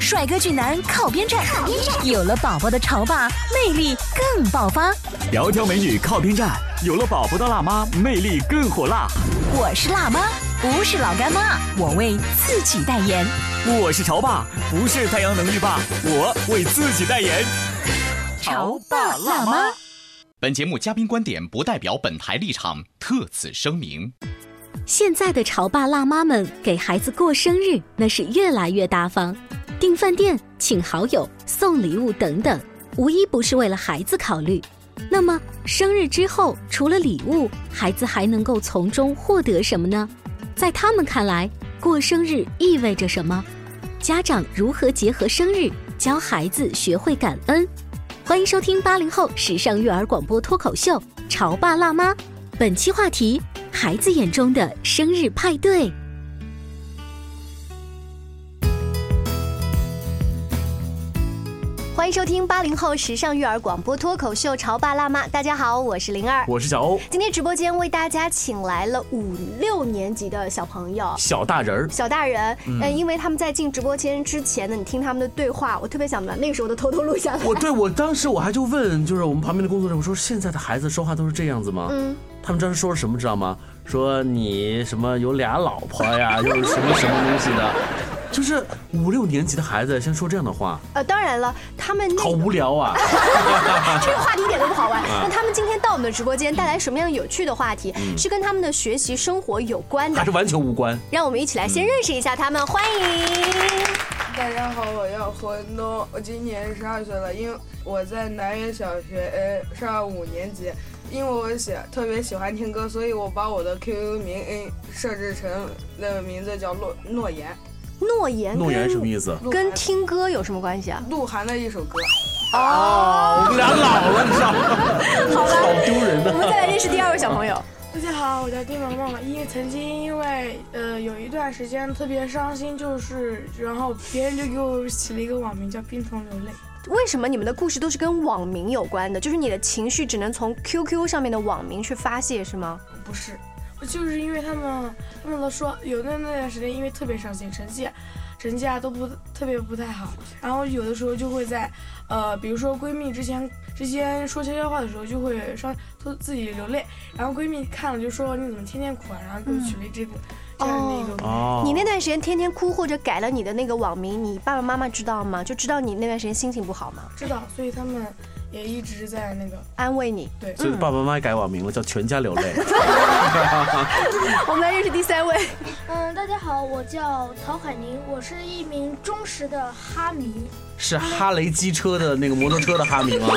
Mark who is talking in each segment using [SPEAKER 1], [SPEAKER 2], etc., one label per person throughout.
[SPEAKER 1] 帅哥俊男靠边站，有了宝宝的潮爸魅力更爆发。
[SPEAKER 2] 窈窕美女靠边站，有了宝宝的辣妈魅力更火辣。
[SPEAKER 1] 我是辣妈，不是老干妈，我为自己代言。
[SPEAKER 2] 我是潮爸，不是太阳能浴霸，我为自己代言。
[SPEAKER 1] 潮爸辣妈。
[SPEAKER 3] 本节目嘉宾观点不代表本台立场，特此声明。
[SPEAKER 4] 现在的潮爸辣妈们给孩子过生日，那是越来越大方，订饭店、请好友、送礼物等等，无一不是为了孩子考虑。那么，生日之后除了礼物，孩子还能够从中获得什么呢？在他们看来，过生日意味着什么？家长如何结合生日教孩子学会感恩？欢迎收听八零后时尚育儿广播脱口秀《潮爸辣妈》，本期话题：孩子眼中的生日派对。
[SPEAKER 5] 欢迎收听八零后时尚育儿广播脱口秀《潮爸辣妈》，大家好，我是灵儿。
[SPEAKER 2] 我是小欧，
[SPEAKER 5] 今天直播间为大家请来了五六年级的小朋友。
[SPEAKER 2] 小大人儿。
[SPEAKER 5] 小大人，嗯，因为他们在进直播间之前呢，你听他们的对话，我特别想把那个时候的偷偷录下来。
[SPEAKER 6] 我对我当时我还就问，就是我们旁边的工作人员，我说现在的孩子说话都是这样子吗？嗯，他们当时说什么知道吗？说你什么有俩老婆呀，又是什么什么东西的，就是五六年级的孩子先说这样的话，
[SPEAKER 5] 呃，当然了，他们那
[SPEAKER 6] 好
[SPEAKER 5] 个
[SPEAKER 6] 无聊啊！
[SPEAKER 5] 这个话题一点都不好玩。那他们今天到我们的直播间带来什么样有趣的话题？是跟他们的学习生活有关
[SPEAKER 6] 还
[SPEAKER 5] 的
[SPEAKER 6] 是。完全无关。
[SPEAKER 5] 让我们一起来先认识一下他们，欢迎。
[SPEAKER 7] 大家好，我叫何文东，我今年十二岁了，因为我在南岳小学呃上五年级。因为我喜特别喜欢听歌，所 以我把我的 QQ 名嗯设置成的名字叫诺诺言，
[SPEAKER 5] 诺言，
[SPEAKER 6] 诺言什么意思？
[SPEAKER 7] 鹿
[SPEAKER 5] 跟
[SPEAKER 7] 晗
[SPEAKER 5] 听歌有什么关系啊？
[SPEAKER 7] 鹿晗的一首歌。
[SPEAKER 5] 哦
[SPEAKER 6] 我们俩老了，你知道吗？好丢人
[SPEAKER 5] 我们
[SPEAKER 6] 呐！
[SPEAKER 5] 再来认识第二位小朋友。
[SPEAKER 8] 大家好，我叫丁萌萌，因为曾经因为呃有一段时间特别伤心，就是然后别人就给我起了一个网名叫冰桶流泪。
[SPEAKER 5] 为什么你们的故事都是跟网名有关的？就是你的情绪只能从 QQ 上面的网名去发泄，是吗？
[SPEAKER 8] 不是，就是因为他们他们都说有那那段时间因为特别伤心，成绩成绩啊都不特别不太好，然后有的时候就会在呃比如说闺蜜之前之间说悄悄话的时候就会伤都自己流泪，然后闺蜜看了就说你怎么天天哭啊，然后给我取了这个、这样的一个。
[SPEAKER 6] 哦
[SPEAKER 5] 你那段时间天天哭或者改了你的那个网名，你爸爸妈妈知道吗？就知道你那段时间心情不好吗？
[SPEAKER 8] 知道，所以他们也一直在那个。
[SPEAKER 5] 安慰你。
[SPEAKER 8] 对，
[SPEAKER 6] 所以爸爸妈妈改网名了，叫全家流泪。
[SPEAKER 5] 我们来认识第三位，
[SPEAKER 9] 嗯，大家好，我叫陶海宁，我是一名忠实的哈迷，
[SPEAKER 6] 是哈雷机车的那个摩托车的哈迷吗？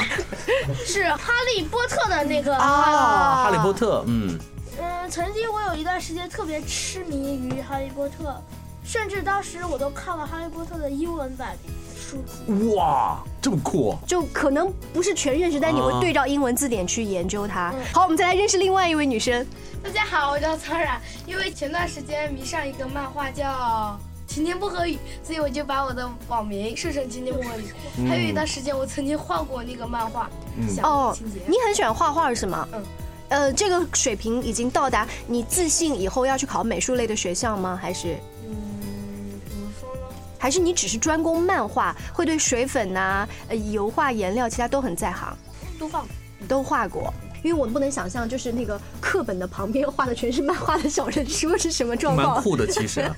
[SPEAKER 9] 是哈利波特的那个。
[SPEAKER 5] 哦
[SPEAKER 6] 啊，哈利波特，嗯，
[SPEAKER 9] 嗯，曾经我有一段时间特别痴迷于哈利波特，甚至当时我都看了哈利波特的英文版书籍。
[SPEAKER 6] 哇，这么酷。
[SPEAKER 5] 就可能不是全认识，但你会
[SPEAKER 6] 啊
[SPEAKER 5] 对照英文字典去研究它。好，我们再来认识另外一位女生。
[SPEAKER 10] 大家好，我叫曹冉，因为前段时间迷上一个漫画叫《晴天不和雨》，所以我就把我的网名设成“晴天不和雨”还有一段时间，我曾经画过那个漫画，小
[SPEAKER 8] 嗯
[SPEAKER 5] 哦
[SPEAKER 10] 情节。，
[SPEAKER 5] 你很喜欢画画是吗？
[SPEAKER 10] 嗯
[SPEAKER 5] 呃，这个水平已经到达你自信以后要去考美术类的学校吗？还是
[SPEAKER 10] 嗯，怎么说呢？
[SPEAKER 5] 还是你只是专攻漫画，会对水粉呐、呃油画、颜料，其他都很在行，
[SPEAKER 10] 都放
[SPEAKER 5] 都画过。因为我不能想象，就是那个课本的旁边画的全是漫画的小人书是什么状
[SPEAKER 6] 蛮
[SPEAKER 5] 况，
[SPEAKER 6] 酷的，其实。啊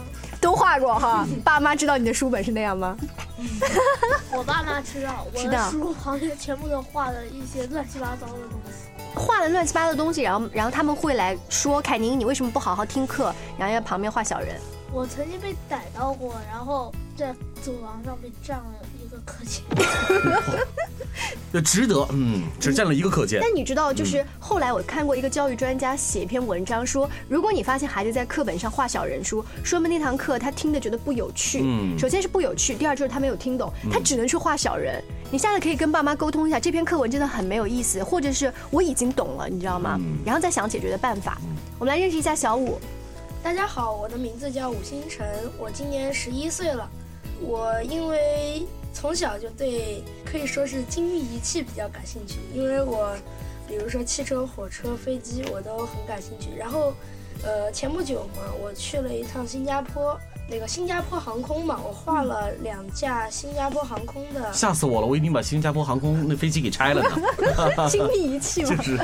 [SPEAKER 5] 都画过哈。爸妈知道你的书本是那样吗？
[SPEAKER 9] 我爸妈知道，我
[SPEAKER 5] 知道
[SPEAKER 9] 的书旁边全部都画了一些乱七八糟的东西。
[SPEAKER 5] 画了乱七八糟的东西，然后然后他们会来说凯宁，你为什么不好好听课，然后要旁边画小人？
[SPEAKER 9] 我曾经被逮到过，然后在走廊上被占了一个
[SPEAKER 11] 客气。
[SPEAKER 6] 就值得，嗯，只占了一个课间。
[SPEAKER 5] 但你知道，就
[SPEAKER 6] 嗯
[SPEAKER 5] 是后来我看过一个教育专家写一篇文章说，如果你发现孩子在课本上画小人书，说明那堂课他听的觉得不有趣。
[SPEAKER 7] 嗯
[SPEAKER 5] 首先是不有趣，第二就是他没有听懂，
[SPEAKER 7] 嗯
[SPEAKER 5] 他只能去画小人。你下次可以跟爸妈沟通一下，这篇课文真的很没有意思，或者是我已经懂了，你知道吗？
[SPEAKER 6] 嗯
[SPEAKER 5] 然后再想解决的办法。我们来认识一下小五，
[SPEAKER 9] 大家好，我的名字叫武星辰，我今年十一岁了。我因为从小就对可以说是精密仪器比较感兴趣，因为我比如说汽车、火车、飞机我都很感兴趣。然后，呃，前不久嘛，我去了一趟新加坡，那个新加坡航空嘛，我画了两架新加坡航空的。
[SPEAKER 6] 吓死我了！我以为你把新加坡航空那飞机给拆了呢。
[SPEAKER 9] 仪器
[SPEAKER 6] 嘛就是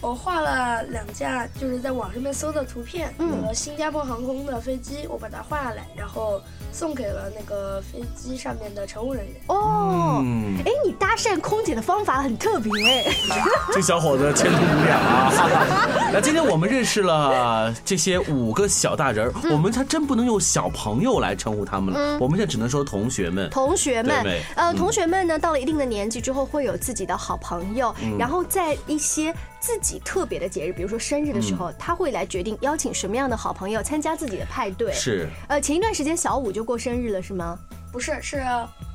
[SPEAKER 9] 我画了两架，就是在网上面搜的图片，
[SPEAKER 6] 嗯
[SPEAKER 9] 和新加坡航空的飞机，我把它画下来，然后送给了那个飞机上面的乘务人员。
[SPEAKER 5] 哦，
[SPEAKER 6] 嗯
[SPEAKER 5] 哎，你搭讪空姐的方法很特别 哎。
[SPEAKER 6] 这小伙子前途无量啊！ 哈哈。那今天我们认识了这些五个小大人儿，我们还真不能用小朋友来称呼他们了，
[SPEAKER 5] 嗯
[SPEAKER 6] 我们现在只能说同学们。
[SPEAKER 5] 同学
[SPEAKER 6] 对
[SPEAKER 5] 们
[SPEAKER 6] 妹，
[SPEAKER 5] 呃，
[SPEAKER 6] 嗯
[SPEAKER 5] 同学们呢，到了一定的年纪之后，会有自己的好朋友，
[SPEAKER 6] 嗯
[SPEAKER 5] 然后在一些自己特别的节日，比如说生日的时
[SPEAKER 6] 嗯
[SPEAKER 5] 候，他会来决定邀请什么样的好朋友参加自己的派对。
[SPEAKER 6] 是。
[SPEAKER 5] 呃，前一段时间小五就过生日了，是吗？
[SPEAKER 9] 不是，是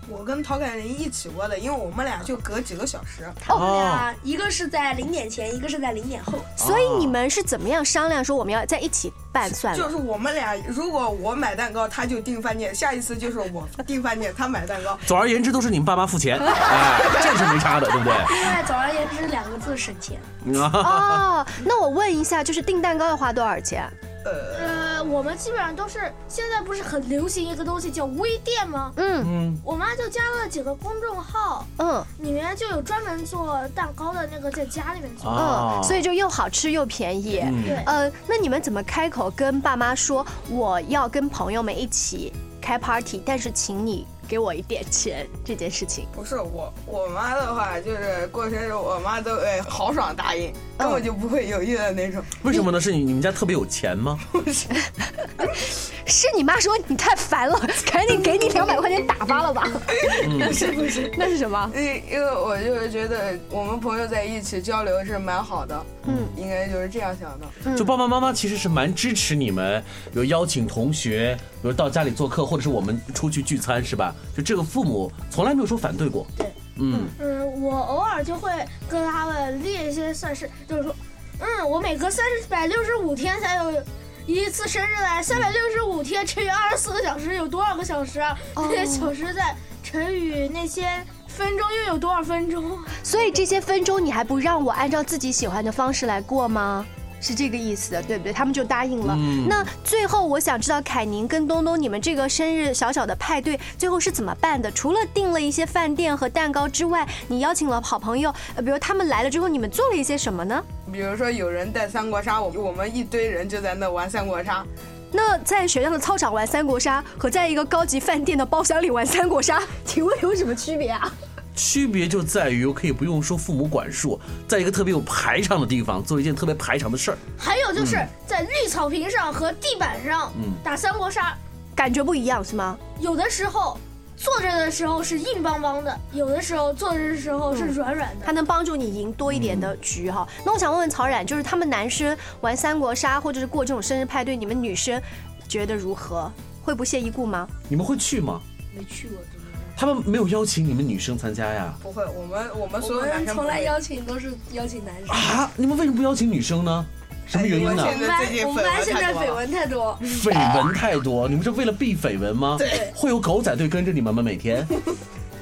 [SPEAKER 7] 我跟陶凯琳一起过的，因为我们俩就隔几个小时。
[SPEAKER 9] 他
[SPEAKER 6] 啊
[SPEAKER 9] 们
[SPEAKER 5] 啊
[SPEAKER 9] 俩一个是在零点前，一个是在零点后。
[SPEAKER 5] 所以你们是怎么样商量说我们要在一起办算
[SPEAKER 7] 就
[SPEAKER 5] 了？
[SPEAKER 7] 是我们俩，如果我买蛋糕，他就订饭店；下一次就是我订饭店，他买蛋糕。
[SPEAKER 6] 总而言之，都是你们爸妈付 钱，哎，这是没差的，对不对？
[SPEAKER 9] 另外，总而言之，两个字省钱。
[SPEAKER 5] 哦，那我问一下，就是订蛋糕要花多少钱？
[SPEAKER 11] 呃，我们基本上都是现在不是很流行一个东西叫微店吗？
[SPEAKER 5] 嗯
[SPEAKER 6] 嗯，
[SPEAKER 11] 我妈就加了几个公众号，
[SPEAKER 5] 嗯，
[SPEAKER 11] 里面就有专门做蛋糕的那个，在家里面做。
[SPEAKER 6] 啊哦
[SPEAKER 5] 嗯，所以就又好吃又便宜。
[SPEAKER 11] 嗯对
[SPEAKER 5] 呃，那你们怎么开口跟爸妈说我要跟朋友们一起开 party，但是请你给我一点钱这件事情？
[SPEAKER 7] 不是我，我妈的话就是过生日，我妈都会豪爽答应，根本就不会犹豫的那种。
[SPEAKER 6] 为什么呢？是你你们家特别有钱吗？
[SPEAKER 5] 是你妈说你太烦了，赶紧给你两百块钱打发了吧？
[SPEAKER 7] 不是 不
[SPEAKER 5] 是，那是什么？
[SPEAKER 7] 因因为我就是觉得我们朋友在一起交流是蛮好的，嗯，应该就是这样想的。
[SPEAKER 6] 就爸爸妈妈其实是蛮支持你们，比如邀请同学，比如到家里做客，或者是我们出去聚餐，是吧？就这个父母从来没有说反对过。对，嗯，
[SPEAKER 11] 嗯，我偶尔就会跟他们列一些算式，就是说，嗯，我每隔三十百六十五天才有一次生日来，三百六十五天乘以二十四个小时有多少个小时啊？
[SPEAKER 5] 哦
[SPEAKER 11] 那些小时再乘以那些分钟又有多少分钟啊？
[SPEAKER 5] 所以这些分钟你还不让我按照自己喜欢的方式来过吗？是这个意思的，对不对？他们就答应了。
[SPEAKER 11] 嗯
[SPEAKER 5] 那最后我想知道，凯宁跟东东你们这个生日小小的派对最后是怎么办的？除了订了一些饭店和蛋糕之外，你邀请了好朋友，呃，比如他们来了之后，你们做了一些什么呢？
[SPEAKER 7] 比如说有人带三国杀，我我们一堆人就在那玩三国杀，
[SPEAKER 5] 那在学校的操场玩三国杀和在一个高级饭店的包厢里玩三国杀， 请问有什么区别啊？
[SPEAKER 6] 区别就在于可以不用受父母管束，在一个特别有排场的地方做一件特别排场的事儿。
[SPEAKER 11] 还有就是
[SPEAKER 6] 嗯
[SPEAKER 11] 在绿草坪上和地板上
[SPEAKER 6] 嗯
[SPEAKER 11] 打三国杀，
[SPEAKER 5] 感觉不一样是吗？
[SPEAKER 11] 有的时候坐着的时候是硬邦邦的，有的时候坐着的时候是软软的。
[SPEAKER 5] 它能帮助你赢多一点
[SPEAKER 6] 嗯
[SPEAKER 5] 的局哈。那我想问问曹冉，就是他们男生玩三国杀或者是过这种生日派对，你们女生觉得如何？会不屑一顾吗？
[SPEAKER 6] 你们会去吗？
[SPEAKER 9] 没去过。
[SPEAKER 6] 他们没有邀请你们女生参加呀？
[SPEAKER 7] 不会，我们我们
[SPEAKER 9] 我
[SPEAKER 7] 所有男
[SPEAKER 9] 们
[SPEAKER 7] 生
[SPEAKER 9] 从来邀请都是邀请男生。
[SPEAKER 6] 啊，你们为什么不邀请女生呢？什么原因呢
[SPEAKER 9] 我？们班我们班现在绯闻太多。
[SPEAKER 6] 绯闻太多，你们是为了避绯闻吗？
[SPEAKER 9] 对
[SPEAKER 6] 会有狗仔队跟着你们吗？每天？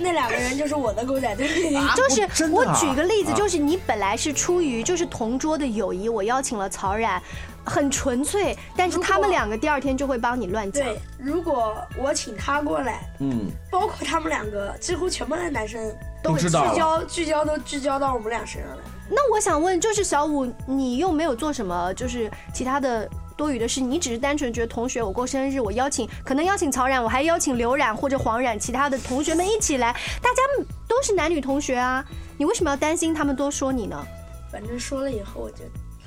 [SPEAKER 9] 那两个人就是我的狗仔队。
[SPEAKER 5] 就是我
[SPEAKER 6] 啊
[SPEAKER 5] 举个例子，
[SPEAKER 6] 啊
[SPEAKER 5] 就是你本来是出于就是同桌的友谊，我邀请了曹冉，很纯粹，但是他们两个第二天就会帮你乱讲。
[SPEAKER 9] 对，如果我请他过来，
[SPEAKER 6] 嗯，
[SPEAKER 9] 包括他们两个，几乎全班的男生
[SPEAKER 6] 都
[SPEAKER 9] 会
[SPEAKER 6] 知
[SPEAKER 9] 聚
[SPEAKER 6] 道了
[SPEAKER 9] 焦聚焦都聚焦到我们俩身上来。
[SPEAKER 5] 那我想问，就是小五，你又没有做什么，就是其他的多余的事，你只是单纯觉得同学我过生日，我邀请，可能邀请曹冉，我还邀请刘冉或者黄冉，其他的同学们一起来，大家都是男女同学啊，你为什么要担心他们多说你呢？
[SPEAKER 9] 反正说了以后，我就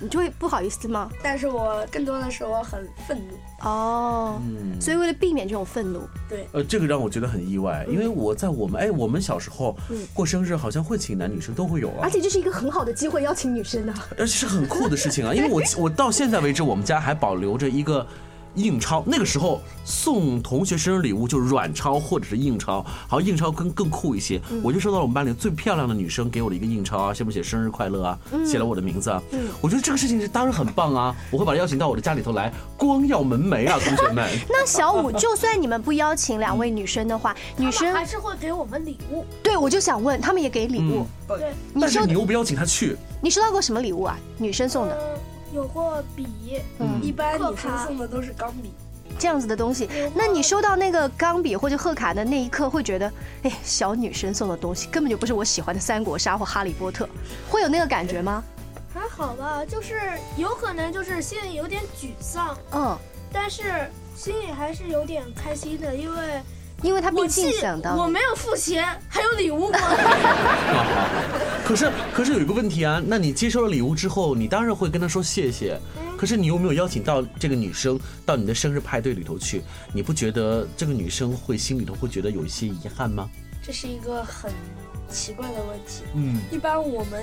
[SPEAKER 5] 你就会不好意思吗？
[SPEAKER 9] 但是我更多的时候很愤怒。
[SPEAKER 5] 哦，
[SPEAKER 6] 嗯
[SPEAKER 5] 所以为了避免这种愤怒，
[SPEAKER 9] 对，
[SPEAKER 6] 呃，这个让我觉得很意外，因为我在我们哎，我们小时候
[SPEAKER 5] 嗯
[SPEAKER 6] 过生日好像会请男女生都会有啊
[SPEAKER 12] 而，且这是一个很好的机会邀请女生啊。
[SPEAKER 6] 而且是很酷的事情啊，因为我我到现在为止，我们家还保留着一个。硬钞，那个时候送同学生日礼物就软钞或者是硬钞，好像硬钞更更酷一些。
[SPEAKER 13] 嗯
[SPEAKER 6] 我就收到了我们班里最漂亮的女生给我的一个硬钞啊，上面写生日快乐啊，
[SPEAKER 13] 嗯
[SPEAKER 6] 写了我的名字啊。
[SPEAKER 13] 嗯
[SPEAKER 6] 我觉得这个事情是当然很棒啊，我会把她邀请到我的家里头来，光耀门楣啊，同学们。
[SPEAKER 5] 那小五，就算你们不邀请两位女生的 话，女生还
[SPEAKER 9] 是会给我们礼物。
[SPEAKER 5] 对，我就想问，他们也给礼物。
[SPEAKER 9] 对，
[SPEAKER 6] 嗯
[SPEAKER 5] 你
[SPEAKER 6] 但是
[SPEAKER 5] 收
[SPEAKER 6] 你又不邀请她去，
[SPEAKER 5] 你收到过什么礼物啊？女生送的
[SPEAKER 9] 有过笔，
[SPEAKER 5] 嗯
[SPEAKER 9] 一般
[SPEAKER 5] 贺
[SPEAKER 9] 女生
[SPEAKER 5] 卡
[SPEAKER 9] 送的都是钢笔。
[SPEAKER 5] 这样子的东西，那你收到那个钢笔或者贺卡的那一刻，会觉得，哎，小女生送的东西根本就不是我喜欢的三国杀或哈利波特，会有那个感觉吗？
[SPEAKER 12] 还好吧，就是有可能就是心里有点沮丧，
[SPEAKER 5] 嗯，
[SPEAKER 12] 但是心里还是有点开心的，因为
[SPEAKER 5] 因为他
[SPEAKER 12] 毕
[SPEAKER 5] 竟想到
[SPEAKER 12] 我没有付钱，还有礼物吗？
[SPEAKER 6] 可是可是有一个问题啊，那你接收了礼物之后，你当然会跟她说谢谢。可是你有没有邀请到这个女生到你的生日派对里头去？你不觉得这个女生会心里头会觉得有一些遗憾吗？
[SPEAKER 9] 这是一个很奇怪的问题。
[SPEAKER 6] 嗯
[SPEAKER 9] 一般我们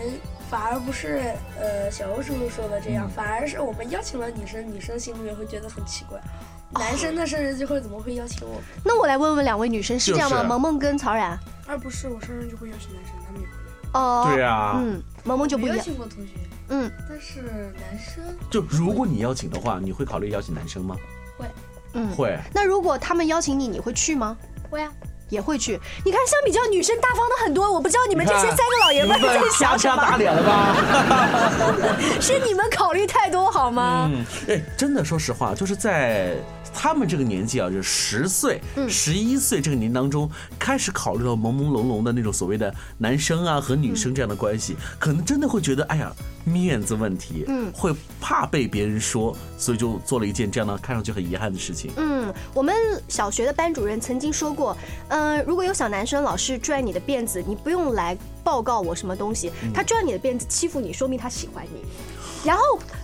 [SPEAKER 9] 反而不是呃小欧叔叔说的这样，
[SPEAKER 6] 嗯
[SPEAKER 9] 反而是我们邀请了女生，女生心里面会觉得很奇怪。
[SPEAKER 6] 哦
[SPEAKER 9] 男生的生日就会怎么会邀请我们？
[SPEAKER 5] 那我来问问两位女生是这样吗？
[SPEAKER 9] 就是
[SPEAKER 5] 萌萌跟曹然，
[SPEAKER 8] 而不是我生日就会邀请男生，他们也会。
[SPEAKER 5] 哦，
[SPEAKER 6] 对啊
[SPEAKER 5] 嗯，萌萌就不一样，
[SPEAKER 9] 过同学，
[SPEAKER 5] 嗯，
[SPEAKER 9] 但是男生
[SPEAKER 6] 就如果你邀请的话，你会考虑邀请男生吗？
[SPEAKER 9] 会，
[SPEAKER 5] 嗯，
[SPEAKER 6] 会。
[SPEAKER 5] 那如果他们邀请你，你会去吗？
[SPEAKER 9] 会啊。
[SPEAKER 5] 也会去，
[SPEAKER 12] 你看，相比较女生大方的很多，我不知道你们这些三个老爷们儿
[SPEAKER 6] 你看
[SPEAKER 12] 在想什
[SPEAKER 6] 掐掐打脸了
[SPEAKER 12] 么。
[SPEAKER 6] 吧？
[SPEAKER 12] 是你们考虑太多好吗？
[SPEAKER 6] 嗯，哎，真的，说实话，就是在他们这个年纪啊，就是十岁、
[SPEAKER 12] 嗯
[SPEAKER 6] 十一岁这个年当中，开始考虑到朦朦胧胧的那种所谓的男生啊和女生这样的关系，可能真的会觉得，哎呀，面子问题，
[SPEAKER 5] 嗯
[SPEAKER 6] 会怕被别人说，所以就做了一件这样的看上去很遗憾的事情。
[SPEAKER 5] 嗯，我们小学的班主任曾经说过，嗯、如果有小男生老是拽你的辫子，你不用来报告我什么东西，他拽你的辫子欺负你，说明他喜欢你。然后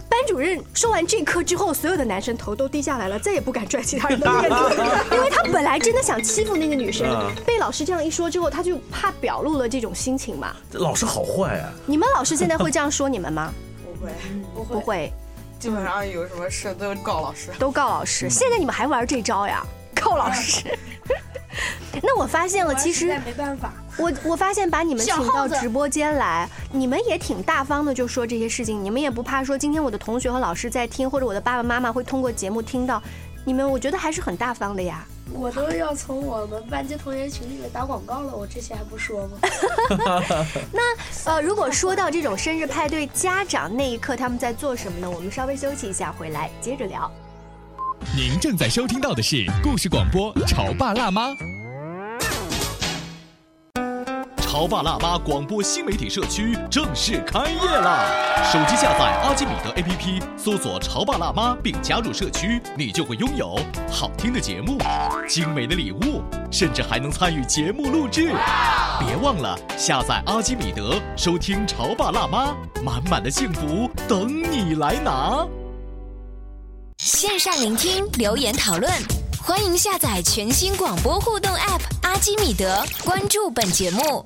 [SPEAKER 5] 班主任说完这一课之后，所有的男生头都低下来了，再也不敢拽其他人的辫子，因为他本来真的想欺负那个女生
[SPEAKER 6] 嗯，
[SPEAKER 5] 被老师这样一说之后，他就怕表露了这种心情嘛。
[SPEAKER 6] 这老师好坏啊！
[SPEAKER 5] 你们老师现在会这样说你们吗？
[SPEAKER 7] 不会，
[SPEAKER 5] 不会，不会，
[SPEAKER 7] 基本上有什么事都告老师。
[SPEAKER 5] 都告老师。现在你们还玩这招呀？告老师。嗯 那我发现了，其实
[SPEAKER 8] 没办法，
[SPEAKER 5] 我我发现把你们
[SPEAKER 8] 小
[SPEAKER 5] 请
[SPEAKER 8] 耗
[SPEAKER 5] 到
[SPEAKER 8] 子
[SPEAKER 5] 直播间来，你们也挺大方的，就说这些事情，你们也不怕说今天我的同学和老师在听，或者我的爸爸妈妈会通过节目听到，你们我觉得还是很大方的呀。
[SPEAKER 9] 我都要从我们班级同学群里面打广告了，我之前还不说吗？
[SPEAKER 12] 哎
[SPEAKER 5] 那呃，如 果说到这种生日派对，家长那一刻他们在做什么呢？我们稍微休息一下，回来接着聊。
[SPEAKER 14] 您正在收听到的是故事广播《潮爸辣妈》。
[SPEAKER 3] 潮爸辣妈广播新媒体社区正式开业啦！手机下载阿基米德 APP，搜索“潮爸辣妈”并加入社区，你就会拥有好听的节目、精美的礼物，甚至还能参与节目录制。别忘了下载阿基米德，收听“潮爸辣妈”，满满的幸福等你来拿。
[SPEAKER 1] 线上聆听、留言讨论，欢迎下载全新广播互动 App 阿基米德，关注本节目。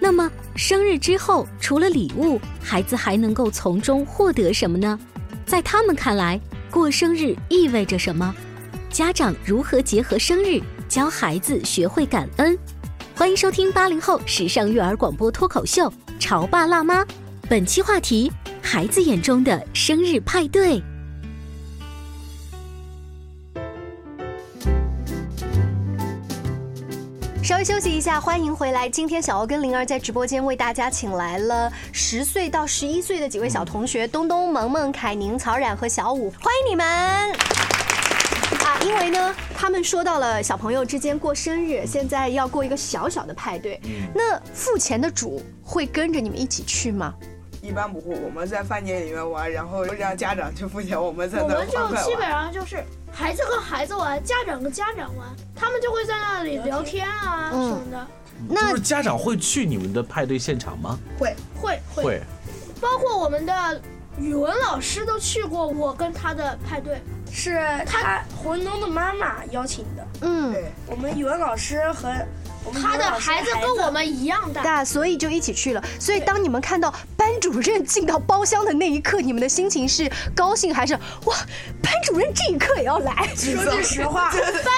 [SPEAKER 4] 那么，生日之后，除了礼物，孩子还能够从中获得什么呢？在他们看来，过生日意味着什么？家长如何结合生日教孩子学会感恩？欢迎收听八零后时尚育儿广播脱口秀《潮爸辣妈》，本期话题：孩子眼中的生日派对。
[SPEAKER 5] 稍微休息一下，欢迎回来。今天小欧跟灵儿在直播间为大家请来了十岁到十一岁的几位小同学：东东、萌萌、凯宁、曹冉和小五，欢迎你们！啊，因为呢，他们说到了小朋友之间过生日，现在要过一个小小的派对，那付钱的主会跟着你们一起去吗？
[SPEAKER 7] 一般不会，我们在饭店里面玩，然后让家长去付钱，我们在
[SPEAKER 12] 我
[SPEAKER 7] 那
[SPEAKER 12] 们
[SPEAKER 7] 欢
[SPEAKER 12] 就
[SPEAKER 7] 快
[SPEAKER 12] 基本
[SPEAKER 7] 玩。
[SPEAKER 12] 上就是孩子跟孩子玩，家长跟家长玩，他们就会在那里聊天啊
[SPEAKER 6] 嗯
[SPEAKER 12] 什么的。
[SPEAKER 6] 那就是家长会去你们的派对现场吗？
[SPEAKER 12] 会会
[SPEAKER 6] 会，
[SPEAKER 12] 包括我们的语文老师都去过我跟他的派对，
[SPEAKER 9] 是他魂东的妈妈邀请的。
[SPEAKER 5] 嗯，
[SPEAKER 9] 我们语文老师和我们
[SPEAKER 12] 他的孩子跟 我们一样大，
[SPEAKER 5] 大，所以就一起去了。所以当你们看到班主任进到包厢的那一刻，你们的心情是高兴还是哇？班主任这一刻也要来？
[SPEAKER 9] 说句实话，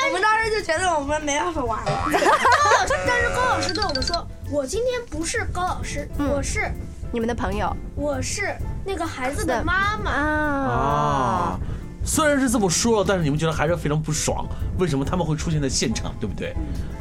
[SPEAKER 9] 我们当时就觉得我们没办法玩了。
[SPEAKER 12] 高老师，但是高老师对我们说，我今天不是高老师，
[SPEAKER 9] 嗯
[SPEAKER 12] 我是
[SPEAKER 5] 你们的朋友
[SPEAKER 12] 我是那个孩子的妈妈
[SPEAKER 6] 啊，虽然是这么说，但是你们觉得还是非常不爽。为什么他们会出现在现场，对不对？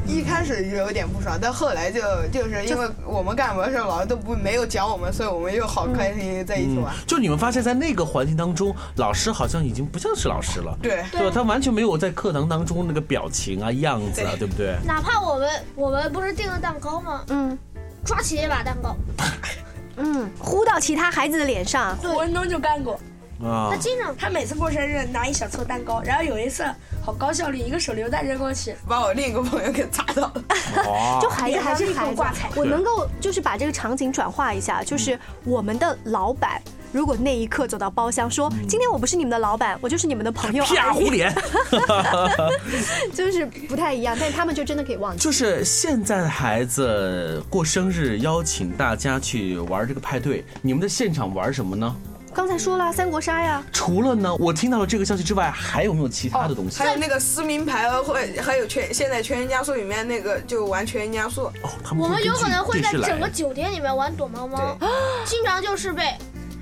[SPEAKER 7] 一开始是有点不爽，但后来就就是因为我们干什么事儿老师都不没有讲我们，所以我们又好开心在一起
[SPEAKER 6] 嗯
[SPEAKER 7] 玩。，
[SPEAKER 6] 就你们发现，在那个环境当中，老师好像已经不像是老师了，
[SPEAKER 7] 对
[SPEAKER 6] 对啊吧？他完全没有在课堂当中那个表情啊、样子啊，对不对？
[SPEAKER 12] 哪怕我们我们不是订了蛋糕吗？
[SPEAKER 5] 嗯，
[SPEAKER 12] 抓起一把蛋糕，
[SPEAKER 5] 嗯，呼到其他孩子的脸上。
[SPEAKER 9] 我文东就干过。
[SPEAKER 6] 啊，
[SPEAKER 9] 经常嗯他每次过生日拿一小撮蛋糕，然后有一次好高效率，一个手榴弹扔过去，
[SPEAKER 7] 把我另一个朋友给砸到 了。
[SPEAKER 5] 就孩子哦还是
[SPEAKER 9] 立刻
[SPEAKER 5] 孩子
[SPEAKER 9] 挂彩，
[SPEAKER 5] 我能够就是把这个场景转化一下，就是我们的老板。如果那一刻走到包厢说：“今天我不是你们的老板，我就是你们的朋友。”啊
[SPEAKER 6] 啪糊脸，
[SPEAKER 5] 就是不太一样，但是他们就真的可以忘记。
[SPEAKER 6] 就是现在的孩子过生日，邀请大家去玩这个派对，你们在现场玩什么呢？
[SPEAKER 5] 刚才说了三国杀呀，
[SPEAKER 6] 除了呢，我听到了这个消息之外，还有没有其他的东西？
[SPEAKER 7] 还有那个撕名牌，会还有全现在全员加速里面那个就玩全员加速。哦，
[SPEAKER 6] 他
[SPEAKER 12] 我们有可能会在整个酒店里面玩躲猫猫，经常就是被，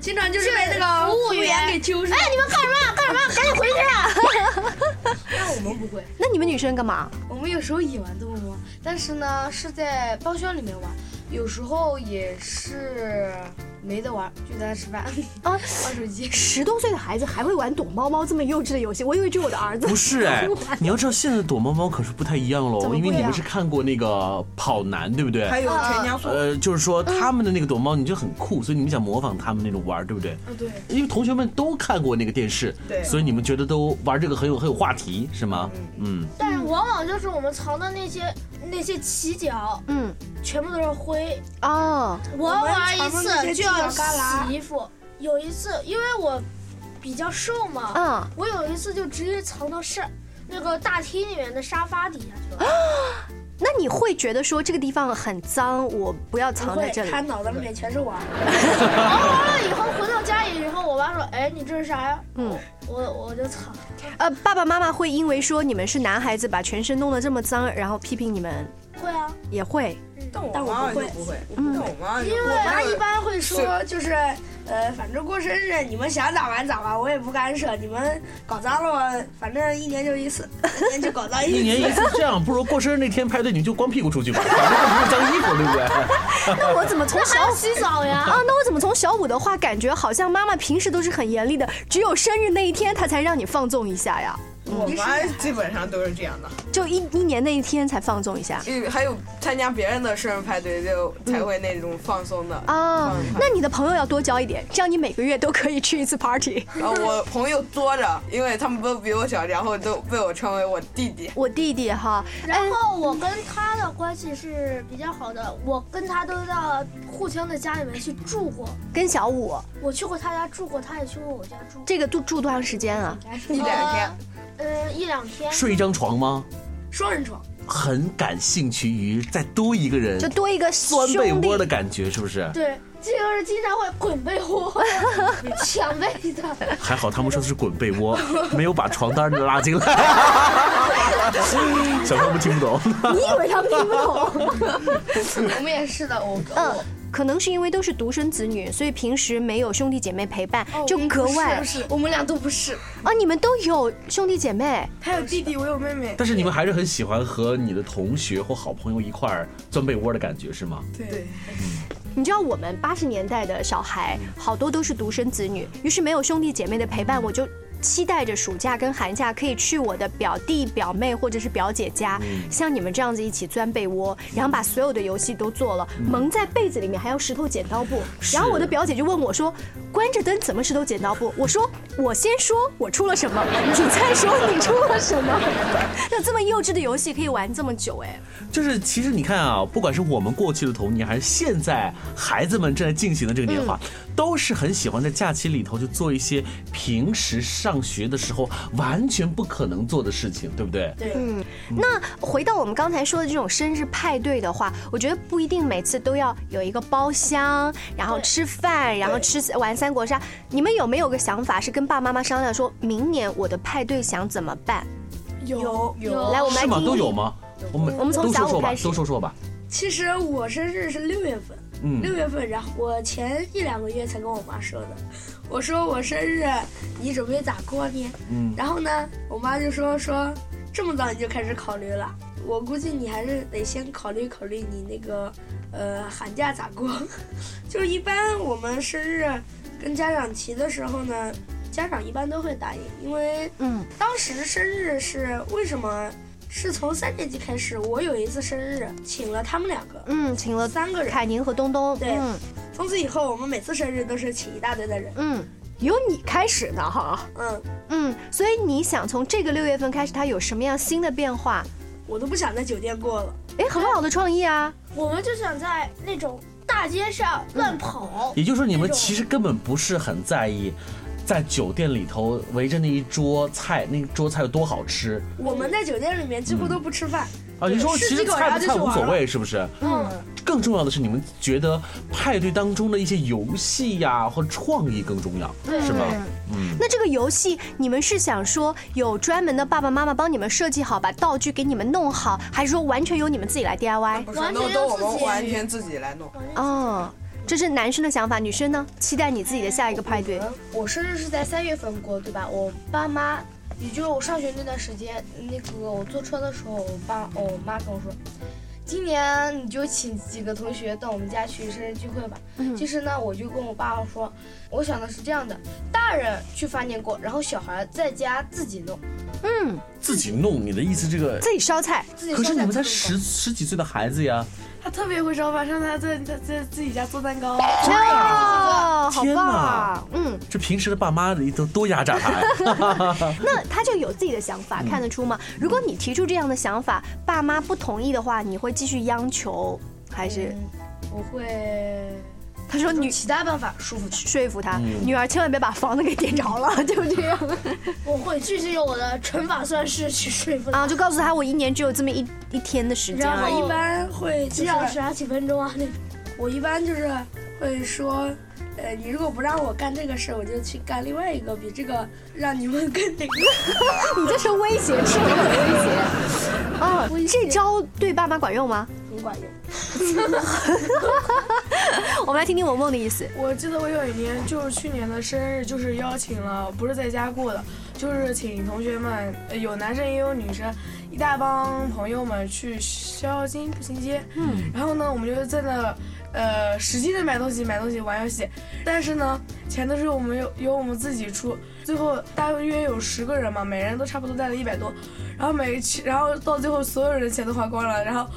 [SPEAKER 9] 经常就是被那个
[SPEAKER 12] 服务
[SPEAKER 9] 服务
[SPEAKER 12] 员
[SPEAKER 9] 员给揪上
[SPEAKER 12] 哎，你们干什么啊？干什么啊？赶紧回去啊！
[SPEAKER 9] 但我们不会。
[SPEAKER 5] 那你们女生干嘛？
[SPEAKER 9] 我们有时候也玩动物，但是呢是在包厢里面玩，有时候也是没得玩，就在那吃饭
[SPEAKER 12] 哦
[SPEAKER 5] 啊，
[SPEAKER 9] 玩手机。
[SPEAKER 5] 十多岁的孩子还会玩躲猫猫这么幼稚的游戏，我以为只有我的儿子。
[SPEAKER 6] 不是 哎
[SPEAKER 5] 玩，
[SPEAKER 6] 你要知道现在的躲猫猫可是不太一样
[SPEAKER 5] 怎
[SPEAKER 6] 喽，
[SPEAKER 5] 么不
[SPEAKER 6] 因为你
[SPEAKER 5] 一样
[SPEAKER 6] 们是看过那个跑男，对不对？
[SPEAKER 7] 还有全家福
[SPEAKER 6] 呃，就是说他们的那个躲猫，你就很酷，所以你们想模仿他们那种玩儿，对不对？
[SPEAKER 9] 啊，对。
[SPEAKER 6] 因为同学们都看过那个电视，
[SPEAKER 9] 对
[SPEAKER 6] 所以你们觉得都玩这个很有很有话题，是吗？嗯，
[SPEAKER 12] 但是往往就是我们藏的那些那些起脚，
[SPEAKER 5] 嗯，
[SPEAKER 12] 全部都是灰。
[SPEAKER 5] 哦，
[SPEAKER 12] 我玩一次就要洗衣
[SPEAKER 9] 衣
[SPEAKER 12] 服，有一次因为我比较瘦嘛，
[SPEAKER 5] 嗯，
[SPEAKER 12] 我有一次就直接藏到沙那个大厅里面的沙发底下去了。
[SPEAKER 5] 那你会觉得说这个地方很脏，我不要藏在这里。
[SPEAKER 9] 他脑子里面全是玩。
[SPEAKER 12] 完哦了以后回到家里以后，我妈说：“哎，你这是啥呀？”
[SPEAKER 5] 嗯，
[SPEAKER 12] 我我就藏。
[SPEAKER 5] 呃，爸爸妈妈会因为说你们是男孩子，把全身弄得这么脏，然后批评你们，
[SPEAKER 12] 会啊，
[SPEAKER 5] 也会。
[SPEAKER 9] 但
[SPEAKER 7] 但我妈就不会，嗯
[SPEAKER 5] 嗯
[SPEAKER 7] 但我妈就
[SPEAKER 9] 因为
[SPEAKER 7] 我妈
[SPEAKER 9] 他
[SPEAKER 7] 就
[SPEAKER 9] 一般会说，
[SPEAKER 7] 是
[SPEAKER 9] 就是呃，反正过生日你们想咋玩咋玩，我也不干涉。你们搞砸了我，反正一年就一次，一年就搞 砸一次。
[SPEAKER 6] 一年一次，这样不如过生日那天派对，你就光屁股出去吧，反正又不是脏衣服，对不对？
[SPEAKER 5] 那我怎么从
[SPEAKER 12] 那还
[SPEAKER 5] 小
[SPEAKER 12] 要洗澡呀
[SPEAKER 5] 啊，那我怎么从小五的话感觉好像妈妈平时都是很严厉的，只有生日那一天她才让你放纵一下呀？
[SPEAKER 7] 我妈基本上都是这样的。
[SPEAKER 5] 就一一年那一天才放纵一下。
[SPEAKER 7] 嗯，还有参加别人的生日派对就才会那种放松的。
[SPEAKER 5] 啊，那你的朋友要多交一点，这样你每个月都可以去一次 party。
[SPEAKER 7] 然后我朋友多着，因为他们都比我小，然后都被我称为我弟 弟。
[SPEAKER 5] 我弟弟哈，哎
[SPEAKER 12] 然后我跟他的关系是比较好的，我跟他都到互相的家里面去住过，
[SPEAKER 5] 跟小五，
[SPEAKER 12] 我去过他家住过，他也去过我家住。
[SPEAKER 5] 这个住住多长时间啊？
[SPEAKER 9] 呃
[SPEAKER 12] 一两天，嗯，一两天
[SPEAKER 6] 睡一张床吗？
[SPEAKER 12] 双人床。
[SPEAKER 6] 很感兴趣于再多一个人，
[SPEAKER 5] 就多一个
[SPEAKER 6] 钻
[SPEAKER 5] 兄
[SPEAKER 6] 被
[SPEAKER 5] 弟
[SPEAKER 6] 窝的感觉，是不是？
[SPEAKER 11] 对，就是经常会滚被窝、抢被子。
[SPEAKER 6] 还好他们说的是滚被窝，没有把床单拉进来。小朋友们听不懂。
[SPEAKER 5] 你以为他们听不懂？
[SPEAKER 9] 我们也是的，我
[SPEAKER 5] 嗯。可能是因为都是独生子女，所以平时没有兄弟姐妹陪伴，就格外
[SPEAKER 9] 哦不是，我们俩都不是。
[SPEAKER 5] 啊！你们都有兄弟姐妹，
[SPEAKER 8] 他有弟弟，我有妹妹。
[SPEAKER 6] 但是你们还是很喜欢和你的同学或好朋友一块儿钻被窝的感觉，是吗？
[SPEAKER 8] 对，
[SPEAKER 5] 你知道我们八十年代的小孩好多都是独生子女，于是没有兄弟姐妹的陪伴，我就。期待着暑假跟寒假可以去我的表弟、表妹或者是表姐家，
[SPEAKER 6] 嗯
[SPEAKER 5] 像你们这样子一起钻被窝，然后把所有的游戏都做了，蒙在被子里面，还要石头剪刀布。然后我的表姐就问我说：“关着灯怎么石头剪刀布？”我说：“我先说我出了什么，你再说你出了什么。” 那这么幼稚的游戏可以玩这么久，哎，
[SPEAKER 6] 就是其实你看啊，不管是我们过去的童年，还是现在孩子们正在进行的这个年华，
[SPEAKER 5] 嗯
[SPEAKER 6] 都是很喜欢在假期里头就做一些平时上学的时候完全不可能做的事情，对不对？
[SPEAKER 5] 对，嗯，那回到我们刚才说的这种生日派对的话，我觉得不一定每次都要有一个包厢，然后吃饭，然后吃玩三国杀。你们有没有个想法是跟爸爸妈妈商量，说明年我的派对想怎么办？
[SPEAKER 8] 有
[SPEAKER 5] 有来我们
[SPEAKER 6] 哦
[SPEAKER 5] 来
[SPEAKER 6] 是吗？
[SPEAKER 5] 听
[SPEAKER 6] 都有吗？我们
[SPEAKER 5] 我们从
[SPEAKER 6] 都
[SPEAKER 5] 小
[SPEAKER 6] 说
[SPEAKER 5] 五
[SPEAKER 6] 说吧
[SPEAKER 5] 开，始
[SPEAKER 6] 都说说吧。
[SPEAKER 9] 其实我生日是六月份，
[SPEAKER 6] 嗯
[SPEAKER 9] 六月份，然后我前一两个月才跟我妈说的，我说我生日，你准备咋过呢？
[SPEAKER 6] 嗯
[SPEAKER 9] 然后呢，我妈就说说这么早你就开始考虑了，我估计你还是得先考虑考虑你那个呃寒假咋过。 就是一般我们生日跟家长提的时候呢，家长一般都会答应，因为
[SPEAKER 5] 嗯，
[SPEAKER 9] 当时生日是为什么？是从三年级开始，我有一次生日请了他们两个，
[SPEAKER 5] 嗯，请了
[SPEAKER 9] 三个人，
[SPEAKER 5] 凯宁和东东，
[SPEAKER 9] 对，
[SPEAKER 5] 嗯
[SPEAKER 9] 从此以后我们每次生日都是请一大堆的人，
[SPEAKER 5] 嗯，由你开始的哈，
[SPEAKER 9] 嗯
[SPEAKER 5] 嗯，所以你想从这个六月份开始，它有什么样新的变化？
[SPEAKER 9] 我都不想在酒店过了，
[SPEAKER 5] 哎，很好的创意啊！
[SPEAKER 12] 我们就想在那种大街上乱
[SPEAKER 13] 嗯
[SPEAKER 12] 跑。
[SPEAKER 6] 也就是说，你
[SPEAKER 12] 那
[SPEAKER 6] 们
[SPEAKER 12] 种
[SPEAKER 6] 其实根本不是很在意，在酒店里头围着那一桌菜，那一桌菜有多好吃
[SPEAKER 9] 我们在酒店里面几乎都不吃饭。
[SPEAKER 6] 啊？
[SPEAKER 9] 对
[SPEAKER 6] 你说
[SPEAKER 9] 吃
[SPEAKER 6] 其实
[SPEAKER 9] 几口
[SPEAKER 6] 菜不
[SPEAKER 9] 然后就
[SPEAKER 6] 菜
[SPEAKER 9] 去
[SPEAKER 6] 无
[SPEAKER 9] 玩
[SPEAKER 6] 所
[SPEAKER 9] 了
[SPEAKER 6] 谓，是不是？
[SPEAKER 9] 嗯，
[SPEAKER 6] 更重要的是，你们觉得派对当中的一些游戏呀、或创意更重要，
[SPEAKER 5] 对
[SPEAKER 6] 是吗？
[SPEAKER 5] 那这个游戏，你们是想说有专门的爸爸妈妈帮你们设计好，把道具给你们弄好，还是说完全由你们自己来 DIY？
[SPEAKER 7] 不是都都我们完全自己嗯来弄。
[SPEAKER 5] 哦，这是男生的想法，女生呢？期待你自己的下一个派对。
[SPEAKER 13] 我生日是在三月份过，对吧？我爸妈，也就是我上学那段时间，那个我坐车的时候，我爸我妈跟我说，今年你就请几个同学到我们家去生日聚会吧。
[SPEAKER 5] 嗯
[SPEAKER 9] 嗯
[SPEAKER 13] 其实呢，我就跟我爸说，我想的是这样的：大人去饭店过，然后小孩在家自己弄。
[SPEAKER 5] 嗯，
[SPEAKER 6] 自己弄，你的意思这个
[SPEAKER 5] 己烧菜
[SPEAKER 13] 自己
[SPEAKER 6] 可是
[SPEAKER 13] 烧
[SPEAKER 6] 你
[SPEAKER 13] 菜
[SPEAKER 6] 们才
[SPEAKER 13] 自己
[SPEAKER 6] 十十几岁的孩子呀，
[SPEAKER 8] 他特别会烧饭，上次他在在在自己家做蛋糕。
[SPEAKER 5] 哎哦，好
[SPEAKER 6] 天
[SPEAKER 5] 棒
[SPEAKER 6] 哪
[SPEAKER 5] 啊！嗯，
[SPEAKER 6] 这平时的爸妈都多压榨他呀。
[SPEAKER 5] 那他就有自己的想法，看得出吗？如果你提出这样的想法，爸妈不同意的话，你会继续央求还是？
[SPEAKER 13] 我会。
[SPEAKER 5] 他说
[SPEAKER 13] 你其他办法说服
[SPEAKER 5] 说服他，
[SPEAKER 13] 嗯
[SPEAKER 5] 女儿千万别把房子给点着了， 就这样。
[SPEAKER 11] 我会继续用我的乘法算式去说服
[SPEAKER 5] 啊，就告诉他我一年只有这么一一天的时间
[SPEAKER 9] 然
[SPEAKER 5] 而已。
[SPEAKER 9] 后一般会
[SPEAKER 11] 几小时啊，几分钟啊那种。
[SPEAKER 9] 我一般就是会说，呃，你如果不让我干这个事儿，我就去干另外一个比这个让你们更那个。
[SPEAKER 5] 你这是威胁，是很威胁。啊，这招对爸妈管用吗？
[SPEAKER 9] 很管用。
[SPEAKER 5] 我们来听听文文的意思。
[SPEAKER 8] 我记得我有一年，就是去年的生日，就是邀请了，不是在家过的，就是请同学们，呃有男生也有女生，一大帮朋友们去逍遥津步行街。
[SPEAKER 15] 嗯
[SPEAKER 8] 然后呢，我们就在那，呃，使劲的买东西，买东西，玩游戏。但是呢，钱都是我们由由我们自己出。最后大约有十个人嘛，每人都差不多带了一百多，然后每然后到最后所有人的钱都花光了，然后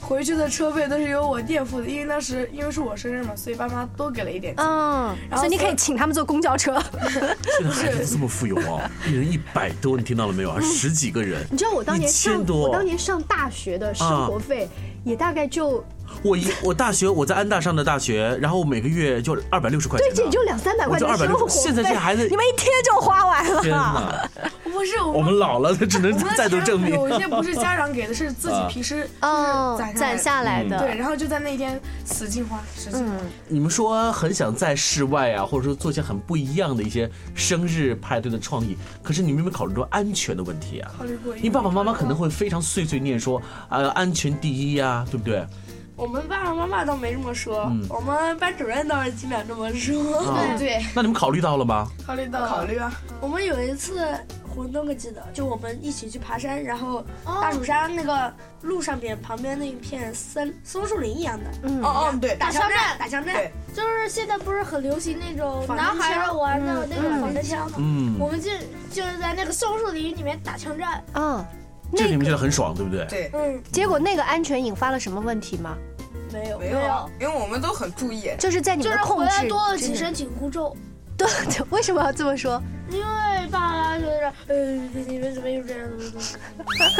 [SPEAKER 8] 回去的车费都是由我垫付的，因为当时因为是我生日嘛，所以爸妈多给了一点钱。
[SPEAKER 5] 嗯，
[SPEAKER 8] 然后
[SPEAKER 5] 所以你可以
[SPEAKER 8] 所
[SPEAKER 5] 请他们坐公交车。
[SPEAKER 6] 现在孩子这么富有哦，一人一百多，你听到了没有啊？
[SPEAKER 5] 嗯
[SPEAKER 6] 十几个人，
[SPEAKER 5] 你知道我当年
[SPEAKER 6] 一千
[SPEAKER 5] 上
[SPEAKER 6] 多，
[SPEAKER 5] 我当年上大学的生活费也大概就
[SPEAKER 6] 我一我大学我在安大上的大学，然后我每个月就二百六十块钱
[SPEAKER 5] 对，
[SPEAKER 6] 呢。
[SPEAKER 5] 这也就两三百块钱
[SPEAKER 6] 啊我就
[SPEAKER 5] 生
[SPEAKER 6] 260
[SPEAKER 5] 活费。
[SPEAKER 6] 现在这孩子
[SPEAKER 5] 你们一天就花完了。
[SPEAKER 6] 天哪！
[SPEAKER 8] 不是
[SPEAKER 6] 我们老了，他只能
[SPEAKER 8] 我们
[SPEAKER 6] 再度证明。啊
[SPEAKER 8] 有一些不是家长给的，是自己平时
[SPEAKER 5] 哦
[SPEAKER 8] 就是
[SPEAKER 5] 攒下来的嗯
[SPEAKER 8] 对，然后就在那一天使劲花，使劲花。
[SPEAKER 6] 你们说很想在室外啊，或者说做一些很不一样的一些生日派对的创意，可是你们有没有考虑到安全的问题啊？
[SPEAKER 8] 考虑过一
[SPEAKER 6] 你爸爸妈妈可能会非常碎碎念说，呃，安全第一呀、对不对？
[SPEAKER 9] 我们爸爸妈妈倒没这么说，
[SPEAKER 6] 嗯
[SPEAKER 9] 我们班主任倒是基本上这么
[SPEAKER 6] 啊
[SPEAKER 9] 说。对，
[SPEAKER 6] 那你们考虑到了吗？
[SPEAKER 9] 考虑到
[SPEAKER 7] 考虑啊。
[SPEAKER 9] 我们有一次活动，我记得就我们一起去爬山，然后
[SPEAKER 12] 哦
[SPEAKER 9] 大蜀山那个路上边旁边那一片森松树林一样的。
[SPEAKER 7] 嗯哦哦对
[SPEAKER 9] 打枪战，打枪战。
[SPEAKER 12] 就是现在不是很流行那种
[SPEAKER 9] 仿真
[SPEAKER 12] 男孩儿
[SPEAKER 9] 枪
[SPEAKER 12] 玩的
[SPEAKER 9] 嗯
[SPEAKER 12] 那种
[SPEAKER 9] 嗯
[SPEAKER 12] 仿真枪吗？
[SPEAKER 6] 嗯
[SPEAKER 12] 我们就就是在那个松树林里面打枪战。
[SPEAKER 5] 嗯，
[SPEAKER 6] 这你们觉得很爽，对不对？
[SPEAKER 7] 对，
[SPEAKER 9] 嗯，
[SPEAKER 5] 结果那个安全引发了什么问题吗？
[SPEAKER 9] 没有
[SPEAKER 7] 没有啊，因为我们都很注意，
[SPEAKER 5] 就是在你们的控制之内。
[SPEAKER 12] 紧箍咒。
[SPEAKER 5] 对，对为什么要这么说？
[SPEAKER 12] 因为爸爸就是，呃，你们怎么又这样？怎么怎么？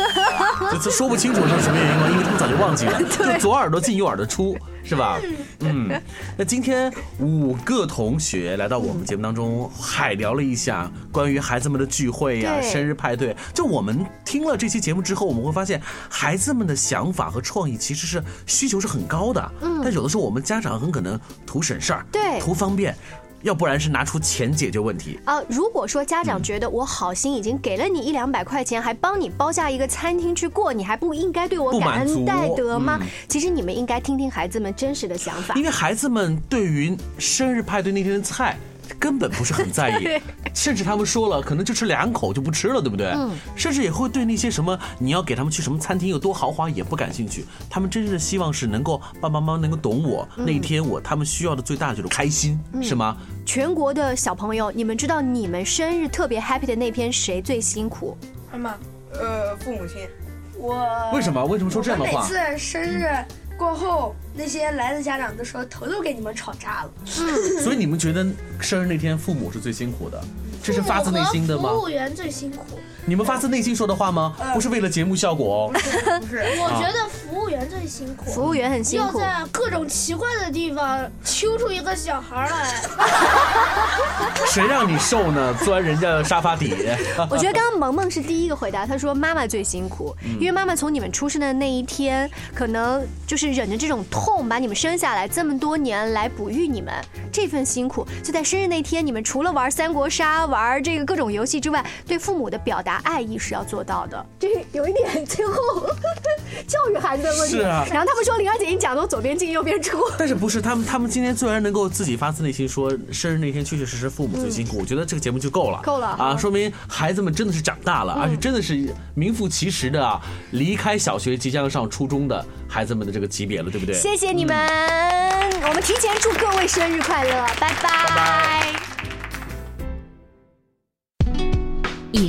[SPEAKER 6] 这这说不清楚是什么原因了，因为他们早就忘记了，
[SPEAKER 12] 对
[SPEAKER 6] 就左耳朵进右耳朵出，是吧？嗯，那今天五个同学来到我们节目当中，海聊了一下关于孩子们的聚会呀、
[SPEAKER 16] 对
[SPEAKER 6] 生日派对。就我们听了这期节目之后，我们会发现孩子们的想法和创意其实是需求是很高的，
[SPEAKER 16] 嗯
[SPEAKER 6] 但有的时候我们家长很可能图省事儿，
[SPEAKER 5] 对
[SPEAKER 6] 图方便，要不然是拿出钱解决问题。
[SPEAKER 5] 啊，如果说家
[SPEAKER 6] 嗯
[SPEAKER 5] 长觉得我好心已经给了你一两百块钱，还帮你包下一个餐厅去过，你还不应该对我
[SPEAKER 6] 不
[SPEAKER 5] 感
[SPEAKER 6] 满足
[SPEAKER 5] 恩戴德吗？
[SPEAKER 6] 嗯
[SPEAKER 5] 其实你们应该听听孩子们真实的想法
[SPEAKER 6] 因。为孩子们对于生日派对那天的菜根本不是很在意
[SPEAKER 5] 对，
[SPEAKER 6] 甚至他们说了，可能就吃两口就不吃了，对不对？
[SPEAKER 16] 嗯
[SPEAKER 6] 甚至也会对那些什么你要给他们去什么餐厅有多豪华也不感兴趣。他们真正的希望是能够爸爸妈妈能够懂我、
[SPEAKER 5] 嗯
[SPEAKER 6] 那一天我他们需要的最大的就是开心，
[SPEAKER 5] 嗯
[SPEAKER 6] 是吗？
[SPEAKER 5] 全国的小朋友，你们知道你们生日特别 happy 的那天谁最辛苦？
[SPEAKER 9] 妈妈，
[SPEAKER 7] 呃，父母亲，
[SPEAKER 9] 我
[SPEAKER 6] 为什么为什么说这样的话
[SPEAKER 9] 我们每次生日
[SPEAKER 12] 嗯
[SPEAKER 9] 过后，那些来的家长都说头都给你们吵炸了。
[SPEAKER 6] 所以你们觉得生日那天父母是最辛苦的，这是发自内心的吗
[SPEAKER 12] 服？务员最辛苦，
[SPEAKER 6] 你们发自内心说的话吗？不是为了节目效果哦。
[SPEAKER 12] 我觉得服务员最辛苦，
[SPEAKER 5] 啊服务员很辛苦
[SPEAKER 12] 要在各种奇怪的地方揪出一个小孩儿来。
[SPEAKER 6] 谁让你瘦呢？钻人家沙发底。
[SPEAKER 5] 我觉得刚刚萌萌是第一个回答，她说妈妈最辛苦，
[SPEAKER 6] 嗯
[SPEAKER 5] 因为妈妈从你们出生的那一天，可能就是忍着这种痛把你们生下来，这么多年来哺育你们，这份辛苦就在生日那天，你们除了玩三国杀、玩这个各种游戏之外，对父母的表达爱意是要做到 的。这有一点最后 教育孩子的
[SPEAKER 6] 问题是啊
[SPEAKER 5] 然后他们说玲儿姐，你讲的我左边进右边出。
[SPEAKER 6] 但是不是他们？他们今天虽然能够自己发自内心说生日那天确确实实父母最辛苦，我觉得这个节目就够了，
[SPEAKER 5] 嗯够了嗯
[SPEAKER 6] 啊！说明孩子们真的是长大了，而且真的是名副其实的啊，离开小学即将上初中的孩子们的这个级别了，对不对？
[SPEAKER 5] 谢谢你们，我们提前祝各位生日快乐，拜嗯拜。
[SPEAKER 4] 以